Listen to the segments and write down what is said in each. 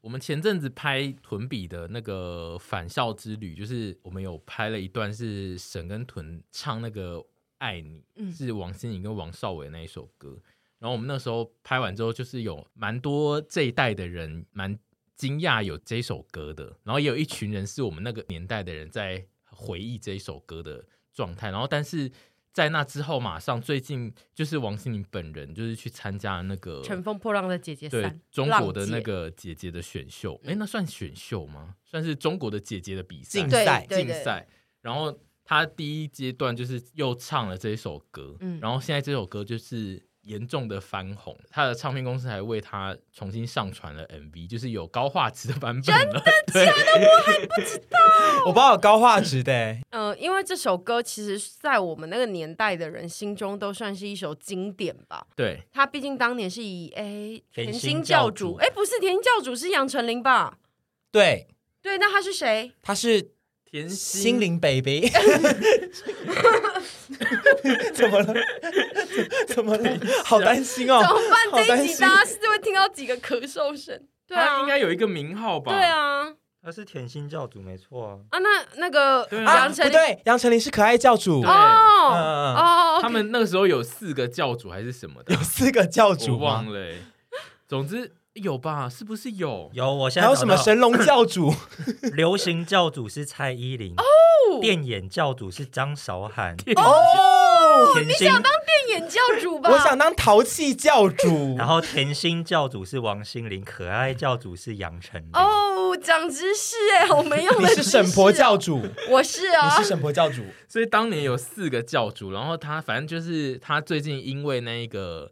我们前阵子拍屯比的那个返校之旅，就是我们有拍了一段是沈跟屯唱那个《爱你》，嗯是王心凌跟王少伟那一首歌。然后我们那时候拍完之后，就是有蛮多这一代的人蛮惊讶有这首歌的，然后也有一群人是我们那个年代的人在回忆这一首歌的状态。然后但是在那之后，马上最近就是王心凌本人就是去参加那个乘风破浪的姐姐呃对三，中浪国的那姐个姐姐的选秀，嗯哎、那算选秀吗？算是中国的姐姐的比赛竞对赛对竞对赛。然后她第一阶段就是又唱了这一首歌，嗯然后现在这首歌就是严重的翻红，她的唱片公司还为她重新上传了 MV，就是有高画质的版本了。对， 我把我高画质的、欸，呃，因为这首歌其实，在我们那个年代的人心中，都算是一首经典吧。 对，它毕竟当年是以哎甜心心教主，主哎不是甜心教主，是杨丞琳吧？对，对，那他是谁？他是甜心心 灵 baby，怎 么了？怎么了？好担心哦怎么，好办？这担一集心大家是会听到几个咳嗽声？对啊，她应该有一个名号吧？对，啊他是甜心教主，没错啊。啊，那那个对啊啊，杨丞琳不对，杨丞琳是可爱教主对，哦嗯嗯嗯哦，他们那个时候有四个教主还是什么的有，四个教主我忘吗？了、诶总之有吧？是不是有？有，我现还在有什么找到神龙教主？流行教主是蔡依哦林，电眼教主是张韶涵， 哦，甜心，电眼教主吧？我想当淘气教主 然。后甜心教主是王心凌，可爱教主是杨丞琳。哦，长知识哎，我没用你的是知沈婆识啊，教 主，你我是啊是，沈婆教主，所以当年有四个教主，然后他反正就是他最近因为那一个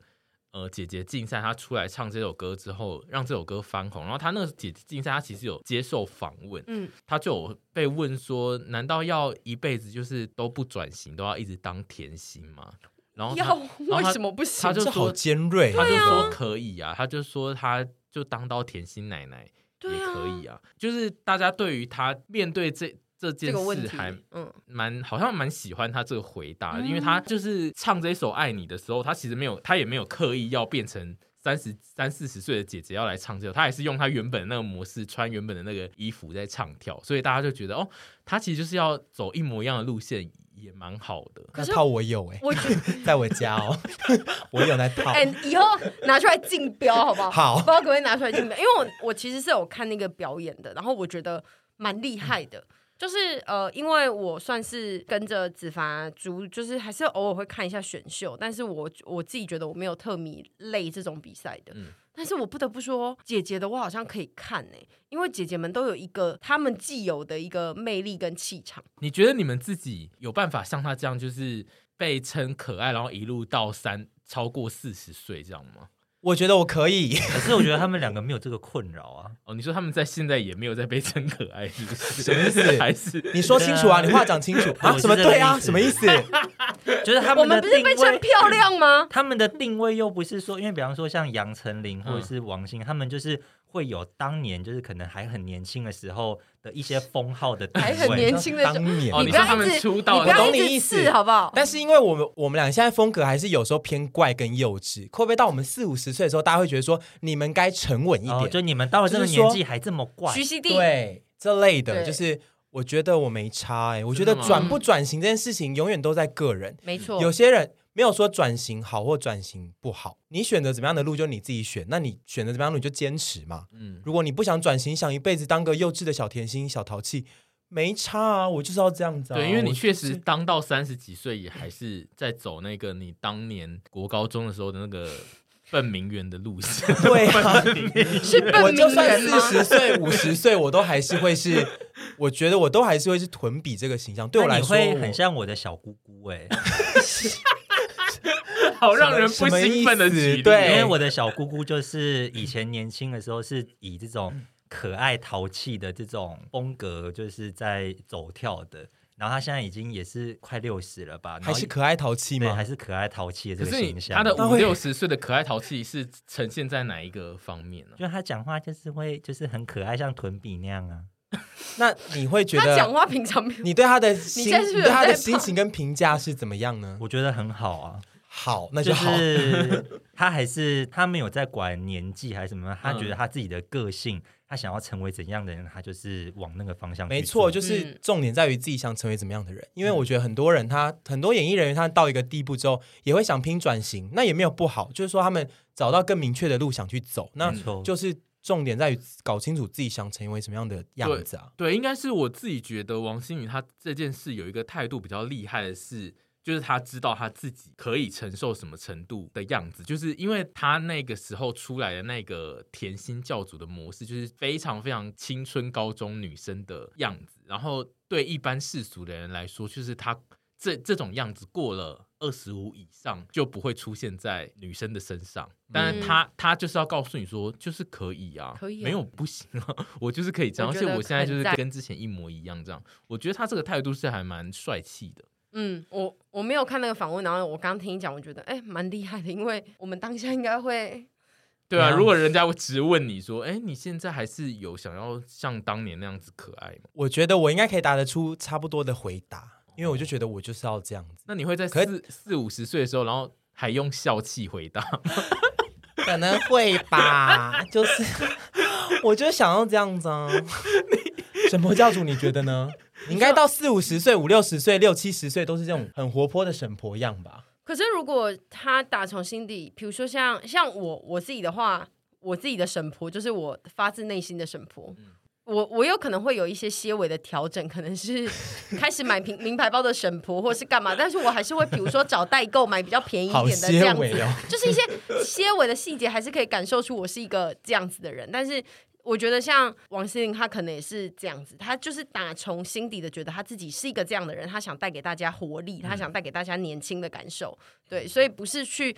呃姐姐竞赛，他出来唱这首歌之后，让这首歌翻红。然后他那个姐姐竞赛，他其实有接受访问，嗯，他就有被问说，难道要一辈子就是都不转型，都要一直当甜心吗？然后要 他然后为他什么不行他？就这好说尖锐。他就说可以啊，他就说他就当到甜心奶奶也对啊可以啊，就是大家对于他面对这这件这个问事题还。，嗯，蛮好像蛮喜欢他这个回答，嗯因为他就是唱这一首《爱你》的时候，他其实没有，他也没有刻意要变成三十三四十岁的姐姐要来唱这首，他还是用他原本那个模式，穿原本的那个衣服在唱跳，所以大家就觉得哦，他其实就是要走一模一样的路线，也蛮好的。可那是套我有哎、我觉 得，在我家 哦，我有那套。哎、以后拿出来竞标好不好？好不知道可不可以拿出来竞标，因为我我其实是有看那个表演的，然后我觉得蛮嗯厉害的。就是呃，因为我算是跟着子凡竹，就是还是偶尔会看一下选秀，但是我我自己觉得我没有特米类这种比赛的。嗯但是我不得不说，姐姐的我好像可以看呢、因为姐姐们都有一个她们既有的一个魅力跟气场。你觉得你们自己有办法像他这样，就是被称可爱，然后一路到三超过四十岁这样吗？我觉得我可以， 可是我觉得他们两个没有这个困扰 啊。哦，你说他们在现在也没有在被称可爱，是不是？什么意思 还是你说清楚啊，你话讲清楚啊。 我是什么这个对啊？意思什么意思？就是他我们们的不定是被称位，漂亮吗？他们的定位又不是说，因为比方说像杨丞琳或者是嗯王心，他们就是会有当年就是可能还很年轻的时候的一些封号的定还很位年。轻的时候当年哦，你你不说要他一们直，出你道不的时候要我懂一你意直思刺好不好？但是因为我们我们俩现在风格还是有时候偏怪跟幼稚，会不会到我们四五十岁的时候，大家会觉得说你们该沉稳一哦，点？就你们到了这个就是说年纪还这么怪，徐熙娣，对这类的，对就是我觉得我没差嗯哎、我觉真得的吗转不转型这件事情永远都在个人。没错，有些人没有说转型好或转型不好，你选择怎么样的路就你自己选，那你选择怎么样的路你就坚持嘛。嗯，如果你不想转型，想一辈子当个幼稚的小甜心、小淘气，没差啊，我就是要这样子、啊。对，因为你我。确实当到三十几岁，也还是在走那个你当年国高中的时候的那个奔名媛的路线 对啊，是我笨名就算人吗四？十岁、五十岁，我都还是会是，我觉得我都还是会是臀比这个形象。对我那来你说，会很我像我的小姑姑哎、 好让人不兴奋的什举么意思例。哦对因为我的小姑姑就是以前年轻的时候是以这种可爱淘气的这种风格，就是在走跳的。然后她现在已经也是快六十了吧，然后还是可爱淘气对，吗还？是可爱淘气可的这个是你形象。他的那五会六十岁的可爱淘气是呈现在哪一个方面呢、就他讲话就是会就是很可爱，像屯比那样啊。那你会觉他讲得话平常没有，你对他的心，现在是不是对他的有在心情跟评价是怎么样呢？我觉得很好啊，好，那就就好。是他还 是他没有在管年纪还是什么，他觉得嗯他自己的个性，他想要成为怎样的人，他就是往那个方向去做。嗯没错，就是嗯重点在于自己想成为怎么样的人。因为我觉得很多人他很多演艺人员，他到一个地步之后，也会想拼转型，那也没有不好，就是说他们找到更明确的路想去走，那没错就是重点在于搞清楚自己想成为什么样的样子啊。对，应该是我自己觉得王心凌她这件事有一个态度比较厉害的是，就是她知道她自己可以承受什么程度的样子，就是因为她那个时候出来的那个甜心教主的模式，就是非常非常青春高中女生的样子，然后对一般世俗的人来说，就是她这这种样子过了。二十五以上就不会出现在女生的身上，但是她她就是要告诉你说，就是可以啊，嗯可以啊没有不行啊，我就是可以这样，我而觉且得我现在就是很赞跟之前一模一样这样。我觉得他这个态度是还蛮帅气的，嗯，我我没有看那个访问，然后我刚听你讲，我觉得哎蛮厉害的，因为我们当下应该会对啊。对啊如果人家会直问你说：“哎，你现在还是有想要像当年那样子可爱吗我觉得我应该可以答得出差不多的回答，因为我就觉得我就是要这样子？”。那你会在可四四五十岁的时候，然后还用笑气回答？可能会吧， 就是我就想要这样 子啊。沈婆教主，你觉得呢？你应该到四五十岁、五六十岁、六七十岁都是这种很活泼的沈婆样吧？ 可是如果他打从心底，比如说像像我我自己的话，我自己的神婆就是我发自内心的神婆。嗯我我有可能会有一些些微的调整，可能 是开始买名名牌包的神婆，或是干嘛，但是我还是会，比如说找代购买比较便宜一好点的这样些微子，哦 就是一些些微的细节，还是可以感受出我是一个这样子的人。但是我觉得像王心凌，她可能也是这样子，她就是打从心底的觉得她自己是一个这样的人，她想带给大家活力，她想带给大家年轻的感受。嗯对，所以不是去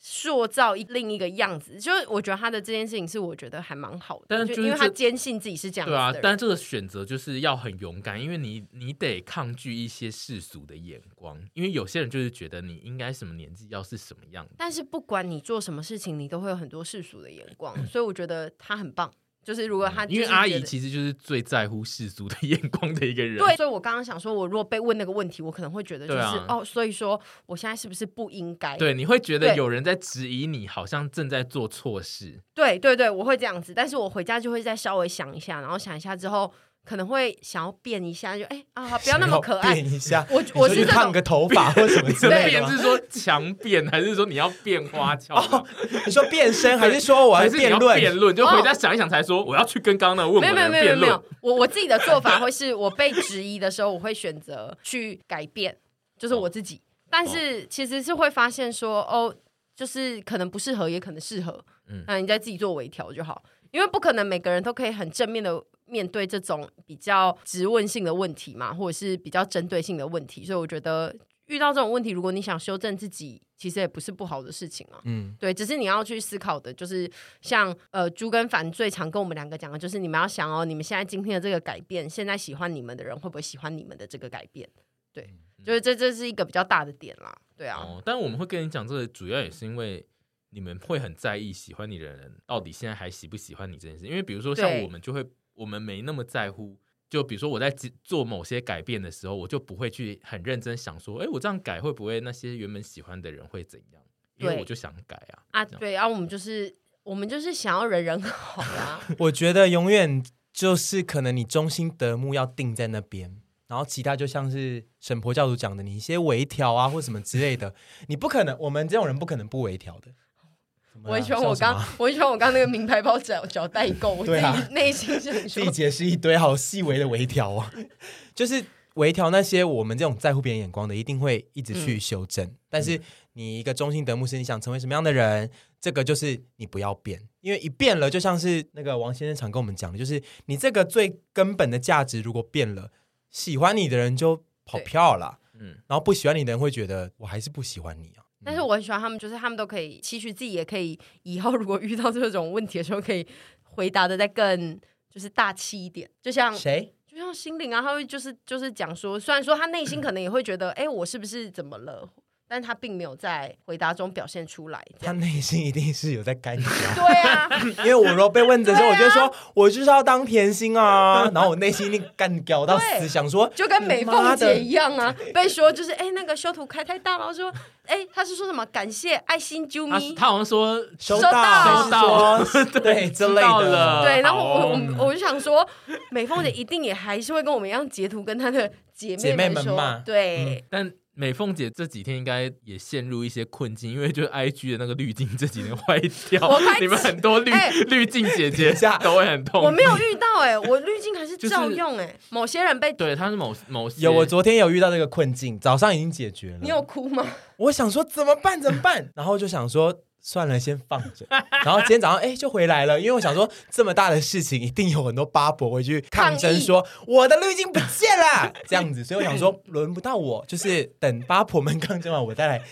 塑造一另一个样子，就是我觉得他的这件事情是我觉得还蛮好的，但是就就是因为他这坚信自己是这样子对的啊人，， 但这个选择就是要很勇敢，因为你你得抗拒一些世俗的眼光，因为有些人就是觉得你应该什么年纪要是什么样子。但是不管你做什么事情，你都会有很多世俗的眼光，所以我觉得他很棒。就是如果他嗯因为就是阿觉姨得其实就是最在乎世俗的眼光的一个人，对，所以我刚刚想说，我如果被问那个问题，我可能会觉得就是、对啊哦，所以说我现在是不是不应该？对，你会觉得对有人在质疑你，好像正在做错事。对对对，我会这样子，但是我回家就会再稍微想一下，然后想一下之后，可能会想要变一下，就哎啊，不要那么可想要爱。变一下，我你我说是去这烫种个头发或什么之类的变 吗。是说强变，还是说你要变花俏？哦你说变身还是说我还要是你要辩论？辩论？就回家想一想才说，我要去跟刚刚那个哦没问有我没的人有没有辩没论有。，我 我自己的做法会是我被质疑的时候，我会选择去改变，就是我自己。哦但是其实是会发现说，哦，就是可能不适合，也可能适合，嗯嗯，那你再自己做微调就好，因为不可能每个人都可以很正面的面对这种比较直问性的问题嘛，或者是比较针对性的问题，所以我觉得遇到这种问题，如果你想修正自己，其实也不是不好的事情啊。嗯，对，只是你要去思考的，就是像呃朱跟凡最常跟我们两个讲的，就是你们要想哦，你们现在今天的这个改变，现在喜欢你们的人会不会喜欢你们的这个改变？对，嗯就是这这是一个比较大的点啦。对啊，哦，但我们会跟你讲这个，主要也是因为你们会很在意喜欢你的人到底现在还喜不喜欢你这件事。因为比如说像对我们就会，我们没那么在乎。就比如说我在做做某些改变的时候，我就不会去很认真想说，哎，我这样改会不会那些原本喜欢的人会怎样？因为对我就想改啊。啊对啊，我们就是我们就是想要人人好啊啦。我觉得永远就是可能你中心德目要定在那边，然后其他就像是沈婆教主讲的，你一些微调啊或什么之类的，你不可能，我们这种人不可能不微调的。 怎么我啦很喜欢我笑什么刚啊，我很喜欢我刚那个名牌包找找代购，我自对啊己内心想说自己，解释一堆好细微的微调啊， 就是微调那些我们这种在乎别人眼光的，一定会一直去修正。但是你一个中心德目是你想成为什么样的人，这个就是你不要变，因为一变了，就像是那个王先生常跟我们讲的，就是你这个最根本的价值如果变了，喜欢你的人就跑票了，嗯，然后不喜欢你的人会觉得我还是不喜欢你啊。但是我很喜欢他们，就是他们都可以期许自己，也可以以后如果遇到这种问题的时候，可以回答的再更就是大气一点，就像谁？就像啊心灵啊，他会就是就是讲说，虽然说他内心可能也会觉得，哎、我是不是怎么了？但他并没有在回答中表现出来。这他样内心一定是有在干嚼。对啊，因为我如果被问的时候，我就会说，我就是要当甜心啊，然后我内心一定干掉到死，对想说就跟美妈凤的姐一样啊，被说就是哎、那个修图开太大了，我说哎、他是说什么感谢爱心啾他咪。他好像说收收到到收到， 对这类到的了，对，然后好我哦我我就想说，美凤姐一定也还是会跟我们一样截图跟她的姐姐妹妹们说，骂对，但美凤姐这几天应该也陷入一些困境，因为就是 I G 的那个滤镜这几年坏掉我看，你们很多滤、哎滤镜姐姐等一下都会很痛。我没有遇到哎、我滤镜还是就是照用哎、某些人被对，她是某某些有，我昨天有遇到这个困境，早上已经解决了。你有哭吗？我想说怎么办？怎么办？然后就想说算了，先放着。然后今天早上哎、就回来了，因为我想说这么大的事情，一定有很多八婆会去抗抗争议说，我的滤镜不见啦， 这样子。所以我想说轮不到我，就是等八婆们抗争完，我再来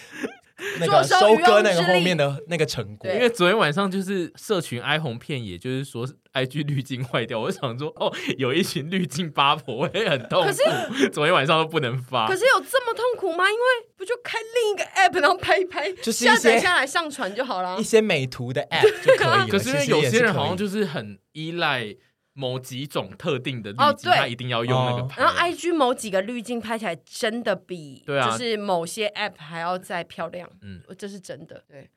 那个坐收收渔翁割那个之利后面的那个成果。对因为昨天晚上就是社群哀鸿遍野，就是说 I G 滤镜坏掉，我就想说哦，有一群滤镜八婆会很痛苦，可是昨天晚上都不能发可。是有这么痛苦吗？因为不就开另一个 app，然后拍一拍，就是一下载些下来上传就好了一。些美图的 app 就可以了。 可是因为其实也有些可人以好像就是很依赖某几种特定的滤哦镜，对他一定要用那个哦牌。然后 I G 某几个滤镜拍起来真的比对啊就是某些 App 还要再漂亮，嗯嗯，这是真的。对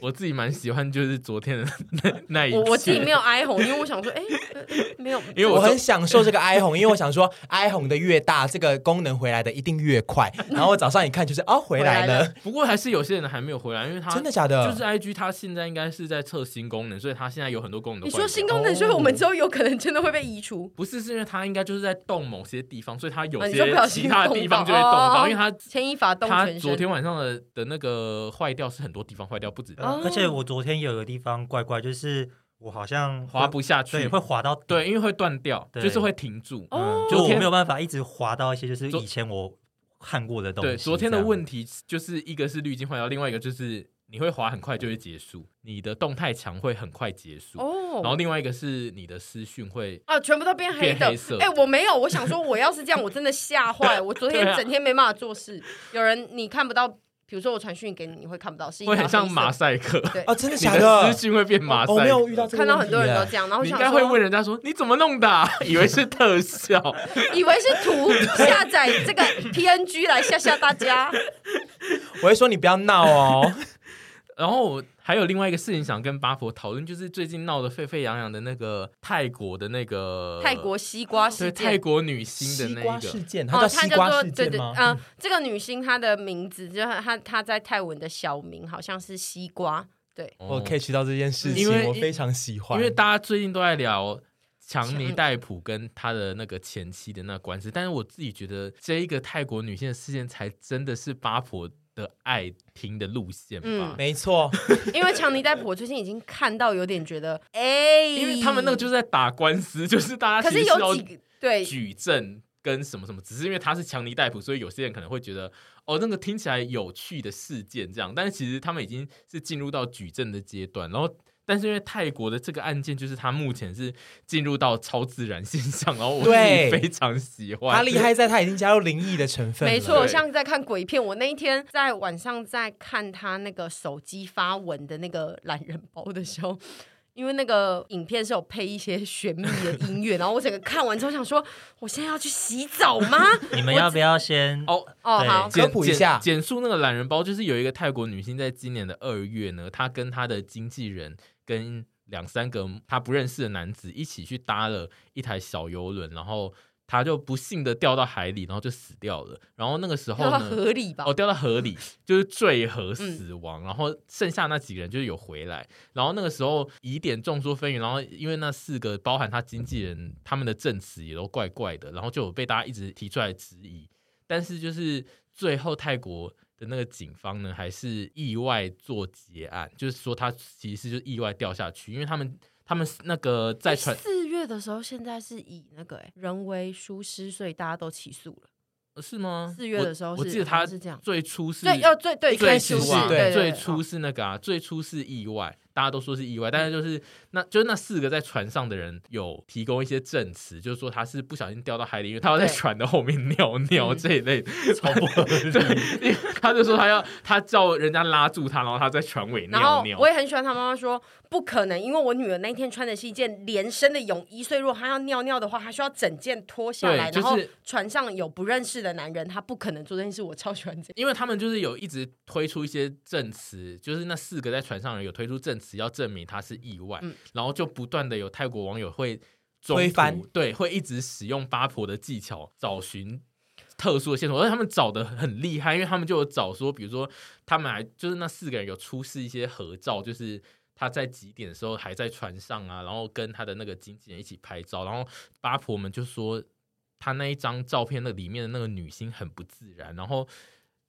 我自己蛮喜欢，就是昨天的 那那一我我切自己没有哀鸿，因为我想说， 哎、呃呃没有，因为我我很享受这个 i 红，因为我想说 i 红的越大，这个功能回来的一定越快。然后我早上一看就是哦，回来回来了，不过还是有些人还没有回来，因为他真的假的？就是 IG，它现在应该是在测新功能，所以它现在有很多功能都哦你坏掉。说新功能，所以我们之后有可能真的会被移除。不是，是因为它应该就是在动某些地方，所以它有啊你说不些小其心他的地方就会动到，到，哦因为它牵一发动它全昨身。天晚上的的那个坏掉是很多地方坏掉，不止哦呃而且我昨天有个地方怪怪，就是我好像滑不下对去会，滑到底对，，因为会断掉，对就是会停住。哦嗯，昨就我天没有办法一直滑到一些就是昨以前我看过的东西。对，昨天的这样问题就是一个是滤镜坏掉，另外一个就是你会滑很快就会结束，你的动态墙会很快结束，哦，然后另外一个是你的私讯会。啊，全部都变黑变的。黑色哎、我没有，我想说，我要是这样，我真的吓坏。我昨天对啊整天没办法做事。有人你看不到，比如说我传讯给你，你会看不到，是因会为很像马赛 克，对哦，真的你假的的哦私？讯会变马赛克。我没有遇到这个看到很多人都样。这样，然后我你应想该会问说，人家说你怎么弄的啊、 以为是特效， 以为是图下载这个 PNG 来吓吓 大家。 我会说你不要闹 哦。然后我还有另外一个事情想跟巴佛讨论，就是最近闹得沸沸扬扬的那个泰国的那个泰国西瓜对事泰件。国女星的那一个事，件，它哦，她叫西叫做瓜事对件对，吗？嗯、这个女星她的名字就是她她在泰文的小名好像是西瓜，对，哦我 catch 到这件事因为情，我非常喜欢。因为大家最近都在聊强尼强戴普跟他的那个前妻的那个官司，但是我自己觉得这一个泰国女性的事件才真的是巴佛的爱听的路线吧。嗯 没错， 因为强尼戴普，我最近已经看到有点觉得，哎、因为他们那个就是在打官司， 就是大家可其实是是有要几个对矩阵跟什么什么，只是因为他是强尼戴普，所以有些人可能会觉得哦，那个听起来有趣的事件这样，但是其实他们已经是进入到矩阵的阶段，然后。但是因为泰国的这个案件，就是他目前是进入到超自然现象，然后我自己对非常喜欢。它厉害在它已经加入灵异的成分了。没错，对像在看鬼片。我那一天在晚上在看他那个手机发文的那个懒人包的时候，因为那个影片是有配一些玄秘的 音乐，然后我整个看完之后想说，我现在要去洗澡吗？你们要不要先？ 哦，哦，对好，科普一下简简述那个懒人包，就是有一个泰国女性在今年的二月呢，她跟她的经纪人跟两三个她不认识的男子一起去搭了一台小游轮，然后她就不幸的掉到海里，然后就死掉了。然后那个时候 要到嗯呢，合理吧哦，？掉到河里，就是坠河死亡。然后剩下那几个人就是有回来。然后那个时候疑点众说纷纭，然后因为那四个包含他经纪人，他们的证词也都怪怪的，然后就有被大家一直提出来质疑。但是就是最后泰国的那个警方呢，还是意外做结案，就是说他其实就是意外掉下去，因为他们他们那个在船四月的时候，现在是以那个、哎人为疏失，所以大家都起诉了。是吗？四月的时候我我是记得好他像是这样最初是对，要最对最最初初是是啊对对最初哦是那个啊，最初是意外，大家都说是意外，但是就是那就是那四个在船上的人有提供一些证词，就是说他是不小心掉到海里，因为他要在对船的后面尿尿嗯这一类的，超不合理。因为他就说他要他叫人家拉住他，然后他在船尾然后尿尿我。也很喜欢他妈妈说，不可能，因为我女儿那天穿的是一件连身的泳衣，所以如果她要尿尿的话，她需要整件脱下来。对就是然后船上有不认识的男人，她不可能做这件事。我超喜欢这因为他们就是有一直推出一些证词，就是那四个在船上的人有推出证词，要证明他是意外，嗯然后就不断的有泰国网友会中途推翻，对，会一直使用八婆的技巧找寻特殊的线索，而且他们找的很厉害，因为他们就有找说，比如说他们还就是那四个人有出示一些合照，就是。他在几点的时候还在船上啊？然后跟他的那个经纪人一起拍照，然后八婆们就说他那一张照片那里面的那个女星很不自然，然后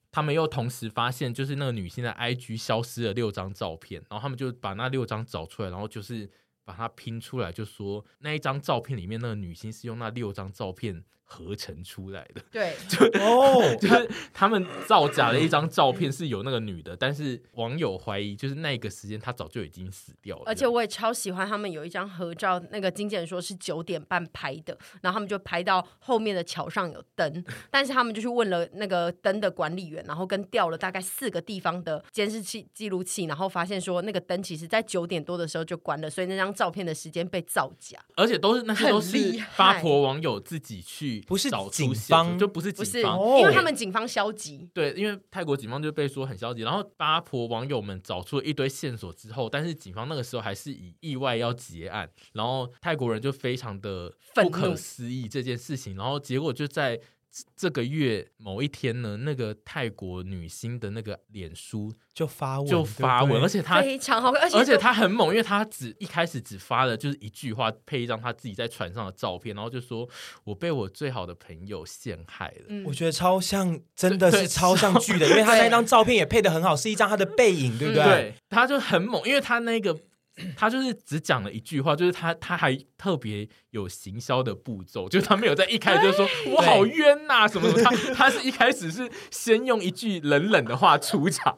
他们又同时发现，就是那个女星的 IG 消失了六张照片，然后他们就把那六张找出来，然后就是把它拼出来，就说那一张照片里面那个女星是用那六张照片合成出来的， 对，哦，就是他们造假了一张照片是有那个女的，但是网友怀疑就是那个时间她早就已经死掉了，而且我也超喜欢他们有一张合照，那个经纪人说是九点半拍的，然后他们就拍到后面的桥上有灯， 但是他们就去问了那个灯的管理员，然后跟调了大概四个地方的监视器记录器，然后发现说那个灯其实在九点多的时候就关了，所以那张照片的时间被造假。而且都是那些都很厉是害八婆网友自己去不是找出线警索方就不是不警是，方，哦因为他们警方消极，对，因为泰国警方就被说很消极，然后八婆网友们找出了一堆线索之后，但是警方那个时候还是以意外要结案，然后泰国人就非常的愤不怒可思议这件事情，然后结果就在这这个月某一天呢，那个泰国女星的那个脸书就发文，就发文，而且且她非常好看，而且而且就他很猛，因为他只一开始只发了就是一句话，配一张他自己在船上的照片，然后就说我被我最好的朋友陷害了。嗯我觉得超像，真的对是超像 剧的，因为他那张照片也配的很好，是一张他的背影，对不对？嗯对，他就很猛，因为他那个 他就是只讲了一句话，就是他他还特别有行销的步骤，就是他没有在一开始就 说我好冤呐、什么什么，他他是一开始是先用一句冷冷的话出场，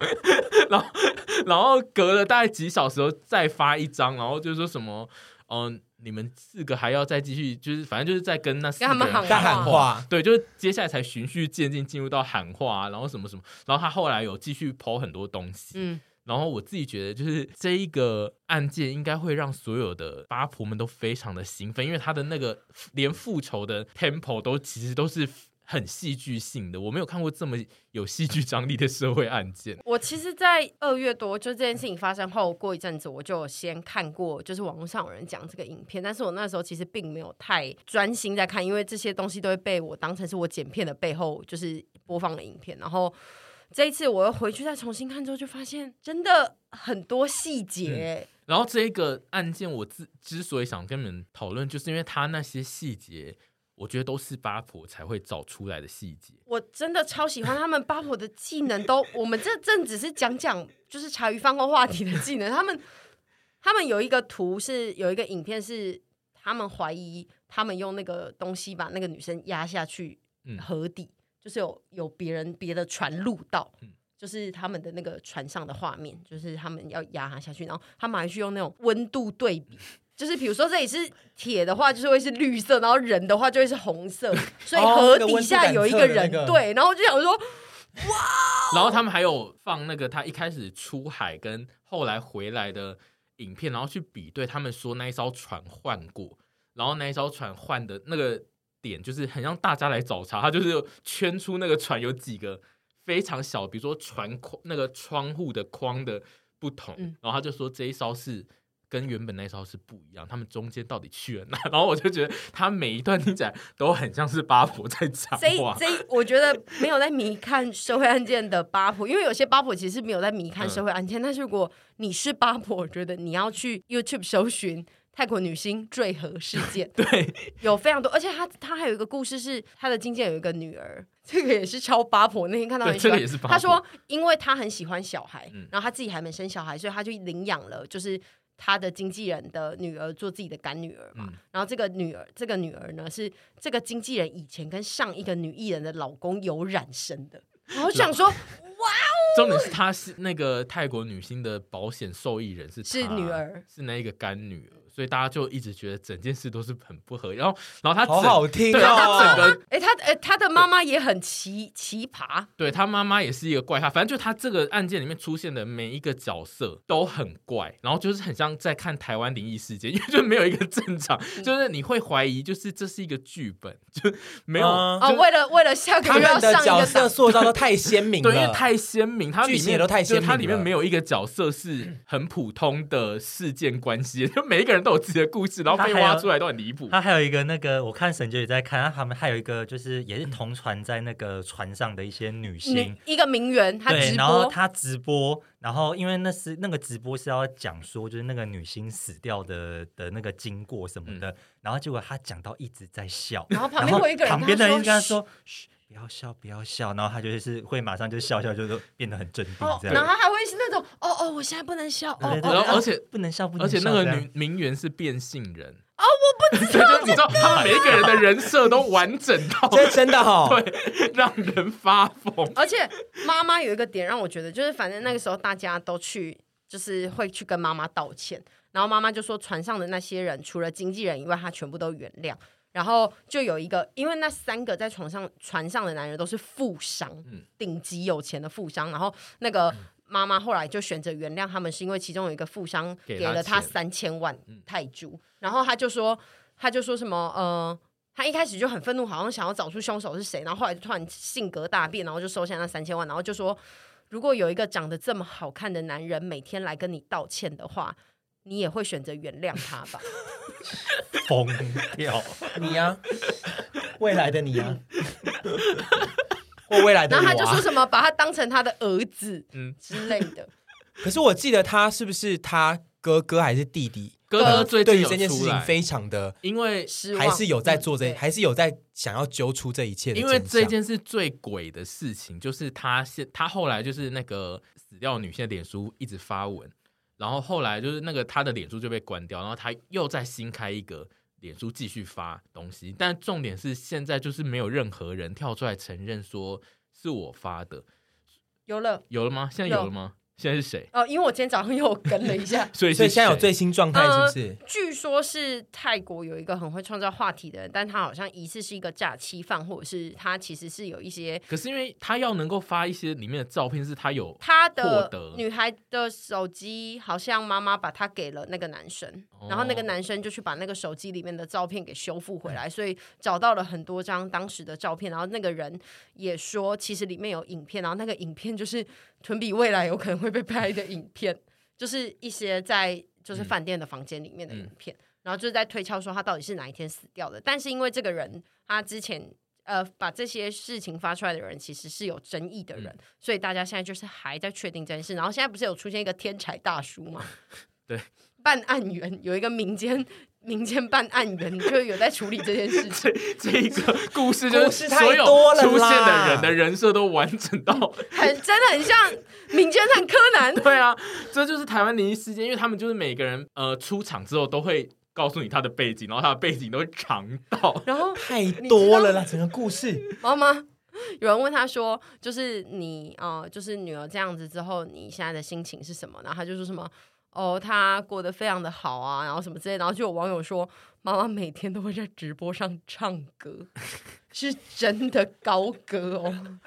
然后然后隔了大概几小时后再发一张，然后就说什么嗯、你们四个还要再继续，就是反正就是在跟那四个跟他们人喊在喊话，对，就是接下来才循序渐进进入到喊话、啊，然后什么什么，然后他后来有继续抛很多东西，嗯，然后我自己觉得，就是这一个案件应该会让所有的八婆们都非常的兴奋，因为他的那个连复仇的 tempo 都其实都是很戏剧性的，我没有看过这么有戏剧张力的社会案件。我其实，在二月多就这件事情发生后，过一阵子我就有先看过，就是网络上有人讲这个影片，但是我那时候其实并没有太专心在看，因为这些东西都会被我当成是我剪片的背后就是播放的影片。然后这一次我又回去再重新看之后，就发现真的很多细节，然后这一个案件，我之之所以想跟你们讨论，就是因为他那些细节，我觉得都是八婆才会找出来的细节。我真的超喜欢他们把我的技能都，我们这阵只是讲讲就是茶余饭后话题的技能，他们他们有一个图是有一个影片是他们怀疑他们用那个东西把那个女生压下去嗯河底，就是有有别人别的船录到，嗯就是他们的那个船上的画面，就是他们要压她下去，然后他们还去用那种温度对 比。就是比如说这里是铁的话，就是会是绿色，然后人的话就会是红色，所以哦河那个温底度下感有一测个的人，那个对，然后我就想说，然后他们还有放那个他一开始出海跟后来回来的影片，然后去比对，他们说那一艘船换过，然后那一艘船换的那个点就是很像大家来找茬，他就是圈出那个船有几个非常小，比如说船框那个窗户的框的不同，嗯然后他就说这一艘是。跟原本那一艘是不一样，他们中间到底去了哪？ 然后我就觉得他每一段听起来都很像是八婆在讲这一话，这一，我觉得没有在迷看社会案件的八婆，因为有些八婆其实没有在迷看嗯社会案件，但是如果你是八婆，我觉得你要去 YouTube 搜寻。泰国女星坠河事件对，有非常多，而且她她还有一个故事是她的经纪人有一个女儿， 这个也是超八婆。那天看到对很喜欢这个也是八婆她说因为她很喜欢小孩，嗯然后她自己还没生小孩，所以她就领养了，就是她的经纪人的女儿做自己的干女儿嘛。嗯然后这个女儿，这个女儿呢是这个经纪人以前跟上一个女艺人的老公有染生的，然后我就想说，哇重点是她是那个泰国女星的保险受益人是她是女，儿，是那一个干女儿，所以大家就一直觉得整件事都是很不合理。然后，然后她好整好听对她哦。整个哎、他哎、他的妈妈也很奇奇葩，对他妈妈也是一个怪咖，反正就他这个案件里面出现的每一个角色都很怪，然后就是很像在看台湾灵异事件，因为就没有一个正常，嗯就是你会怀疑就是这是一个剧本，就没有、嗯哦，为了为了下个他月要们上的一角个色档，塑造的太鲜明对，因为了，太鲜明，它里剧情面也都太鲜明就是它里面了没有一个角色是很普通的事件关系， 就每一个人都有自己的故事，然后被他还挖有出来都很离谱。 他还有一个那个，我看沈杰也在看，他们还有一个就是也是同船在那个船上的一些女星女，一个名媛，她对，直然后播，他直播，然后因为那是那个直播是要讲说就是那个女星死掉的的那个经过什嗯么的，然后结果他讲到一直在笑，然后旁边会有一个人旁边的人跟跟他他说说：“嘘，不要笑，不要笑。”然后他就是会马上就笑笑，就是变得很镇定哦，这然样。后还会是那种，哦哦，我现在不能笑，哦哦对对对然哦，后而且不能笑，不能而笑。且那个这样女名媛是变性人哦，我不知道， 就你知道他每一个人的人设都完整 到这真的哈、哦。对，让人发疯。而且妈妈有一个点让我觉得，就是反正那个时候大家都去，就是会去跟妈妈道歉，然后妈妈就说船上的那些人，除了经纪人以外，她全部都原谅。然后就有一个，因为那三个在床上船上的男人都是富商，顶级有钱的富商。然后那个妈妈后来就选择原谅他们，是因为其中有一个富商给给他了他嗯钱三千万泰铢，然后他就说，他就说什么，呃，他一开始就很愤怒，好像想要找出凶手是谁，然后后来就突然性格大变，然后就收下那三千万，然后就说，如果有一个长得这么好看的男人每天来跟你道歉的话，你也会选择原谅他 吧？疯掉，你呀、未来的你呀、或未来的然后我、他就说啊。什么把他当成他的儿子，嗯嗯之类 的。可是我记得他是不是他哥哥还是弟弟？哥哥最对近于有这件事出情来，非常的，因为失望还是有在做这，嗯对还是有在想要揪出这一切的因真为相。这件事最鬼的事情就是他现他后来就是那个死掉的女性的脸书一直发文，然后后来就是那个他的脸书就被关掉，然后他又再新开一个脸书继续发东西，但重点是现在就是没有任何人跳出来承认说是我发的，有了有了吗？现在有了吗？现在是谁？，哦，因为我今天早上又跟了一下 所以所是以现在有谁嗯最新状态是不是？据说是泰国有一个很会创造话题的人，但他好像疑似是一个诈欺犯，或者是他其实是有一些可是因为他要能够发一些里面的照片，是他有 他获的得女孩的手机好像妈妈把她给了那个男生，哦然后那个男生就去把那个手机里面的照片给修复回来，所以找到了很多张当时的照片。然后那个人也说，其实里面有影片，然后那个影片就是屯比未来有可能会被拍的影片，就是一些在就是嗯饭店的房间里面的影片。然后就是在推敲说他到底是哪一天死掉的，但是因为这个人他之前呃把这些事情发出来的人其实是有争议的人，所以大家现在就是还在确定这件事。然后现在不是有出现一个天才大叔嘛？对，办案员有一个民间民间办案员就有在处理这件事情，这一个故事就故是事所有太多了啦出现的人的人设都完整到，。很真的很像民间探柯南 对啊，这就是台湾灵异事件，因为他们就是每个人呃出场之后都会告诉你他的背景，然后他的背景都会长到，然后太多了啦，整个故事妈妈，有人问他说，就是你呃，就是女儿这样子之后，你现在的心情是什么？然后他就说什么。哦，她过得非常的好啊，然后什么之类，然后就有网友说，妈妈每天都会在直播上唱歌， 是真的高歌哦。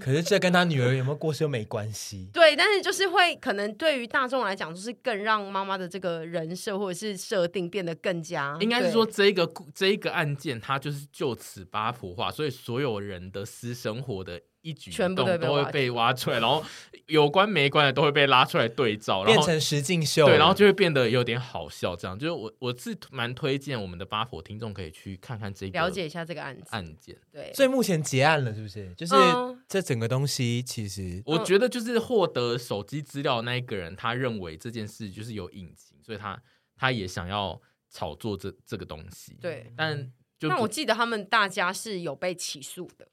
可是这跟他女儿有没有过世又没关系。对，但是就是会可能对于大众来讲，就是更让妈妈的这个人设或者是设定变得更加，应该是对说这一个故这一个案件，它就是就此八婆化，所以所有人的私生活的。一举一全动部都都会会被挖被挖出来，然后有关没关的都会被拉出来对照，然变后成实境秀，对，然后就会变得有点好笑。这样就是我我是蛮推荐我们的八婆听众可以去看看这个了解一下这个案子。案件。对，所以目前结案了，是不是？就是嗯这整个东西其实我觉得就是获得手机资料的那一个人，他认为这件事就是有隐情，所以他他也想要炒作这这个东西。对，嗯但就那不我记得他们大家是有被起诉的。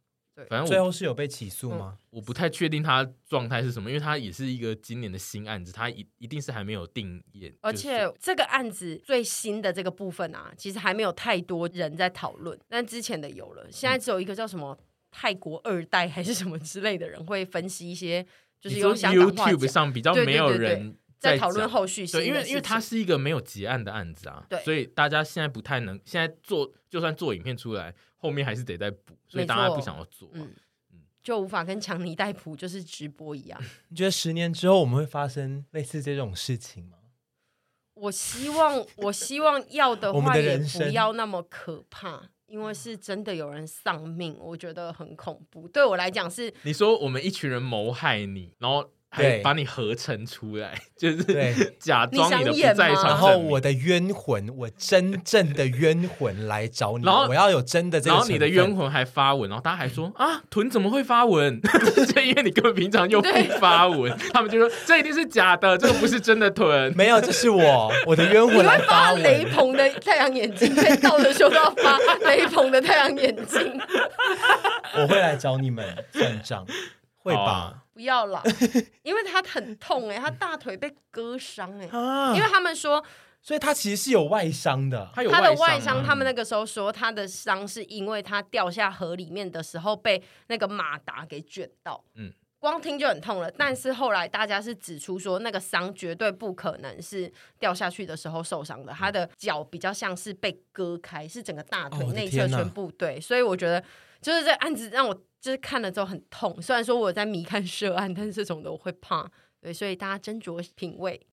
反最正我后是有被起诉吗？我不太确定他状态是什么，因为他也是一个今年的新案子，他一一定是还没有定业，而就是且这个案子最新的这个部分啊，其实还没有太多人在讨论，但之前的嗯有了，现在只有一个叫什么泰国二代还是什么之类的人会分析一些就是你用说香港话 YouTube 讲上比较对对没有对对人在讲讨论后续新对，的因为因为事它情是一个没有结案的案子啊，对所以大家现在不太能，现在做就算做影片出来，后面还是得再补，所以没大家错不想要做啊、嗯就无法跟强尼戴普就是直播一样。你觉得十年之后我们会发生类似这种事情吗？我希望，我希望要的我们话的也人不生要那么可怕，因为是真的有人丧命，我觉得很恐怖。对我来讲是，你说我们一群人谋害你，然后还对把你合成出来， 就是对假装的你不想演在吗场然后啊证明我的冤魂，我真正的冤魂来找你，然后我要有真的这个然成后分。你的冤魂还发文，然后大家还说啊，屯怎么会发文？ 就因为你根本平常又不对发文，他们就说这一定是假的，这个不是真的屯。 没有，这是我，我的冤你魂来会发我。雷朋的太阳眼镜，在到的时候都要发雷朋的太阳眼镜，我会来找你们算账，会好吧啊？不要 啦，因为他很痛哎、他大腿被割伤哎、啊因为他们说所以他其实是有外伤的，他有他的外外伤啊伤，吗他们那个时候说他的伤是因为他掉下河里面的时候被那个马达给卷到，嗯嗯，光听就很痛了。但是后来大家是指出说，那个伤绝对不可能是掉下去的时候受伤的，他的脚比较像是被割开，是整个大腿哦我的内侧天哪全部对，所以我觉得就是这案子让我就是看了之后很痛。虽然说我有在迷看涉案，但是这种的我会怕，对，所以大家斟酌品味。